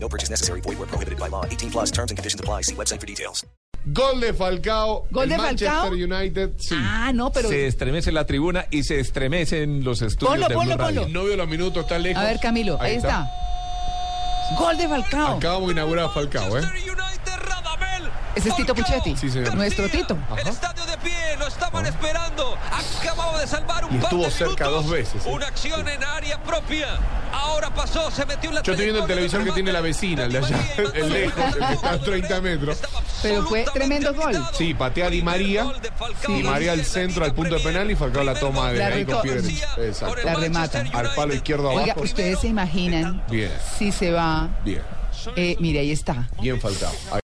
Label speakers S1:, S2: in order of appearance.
S1: No purchase necessary. Void where prohibited by law. 18 plus terms and conditions apply. See website for details.
S2: Gol de Falcao.
S3: Gol
S2: el
S3: de
S2: Manchester
S3: Falcao.
S2: United, sí.
S3: Ah, no, pero.
S4: Se estremece la tribuna y se estremecen los estudios
S3: Ponlo,
S4: de
S3: ponlo,
S4: Blue Radio.
S3: ponlo.
S2: No vio los minutos, está lejos.
S3: A ver, Camilo, ahí, está. Gol de Falcao.
S2: Acabamos de inaugurar a Falcao, ¿eh?
S3: Ese es Tito Puchetti.
S2: Sí, señor.
S3: Nuestro Tito.
S5: El estadio de pie, lo estaban esperando. Acababa de salvar un
S2: Y
S5: par de
S2: estuvo cerca
S5: minutos.
S2: dos veces, ¿eh?
S5: Una acción en área propia. Ahora pasó, se metió en la
S2: Yo estoy viendo el televisor que tiene la vecina, el de allá, el lejos, el que está a 30 metros.
S3: Pero fue tremendo gol.
S2: Sí, patea Di María. Di María al centro, al punto de penal, y Falcao la toma de
S3: La
S2: ahí con
S3: retó.
S2: piedra. Exacto.
S3: La remata.
S2: Al palo izquierdo
S3: Oiga,
S2: abajo.
S3: ustedes se imaginan
S2: Bien,
S3: si se va.
S2: bien.
S3: Eh, mire, ahí está.
S2: Bien Falcao.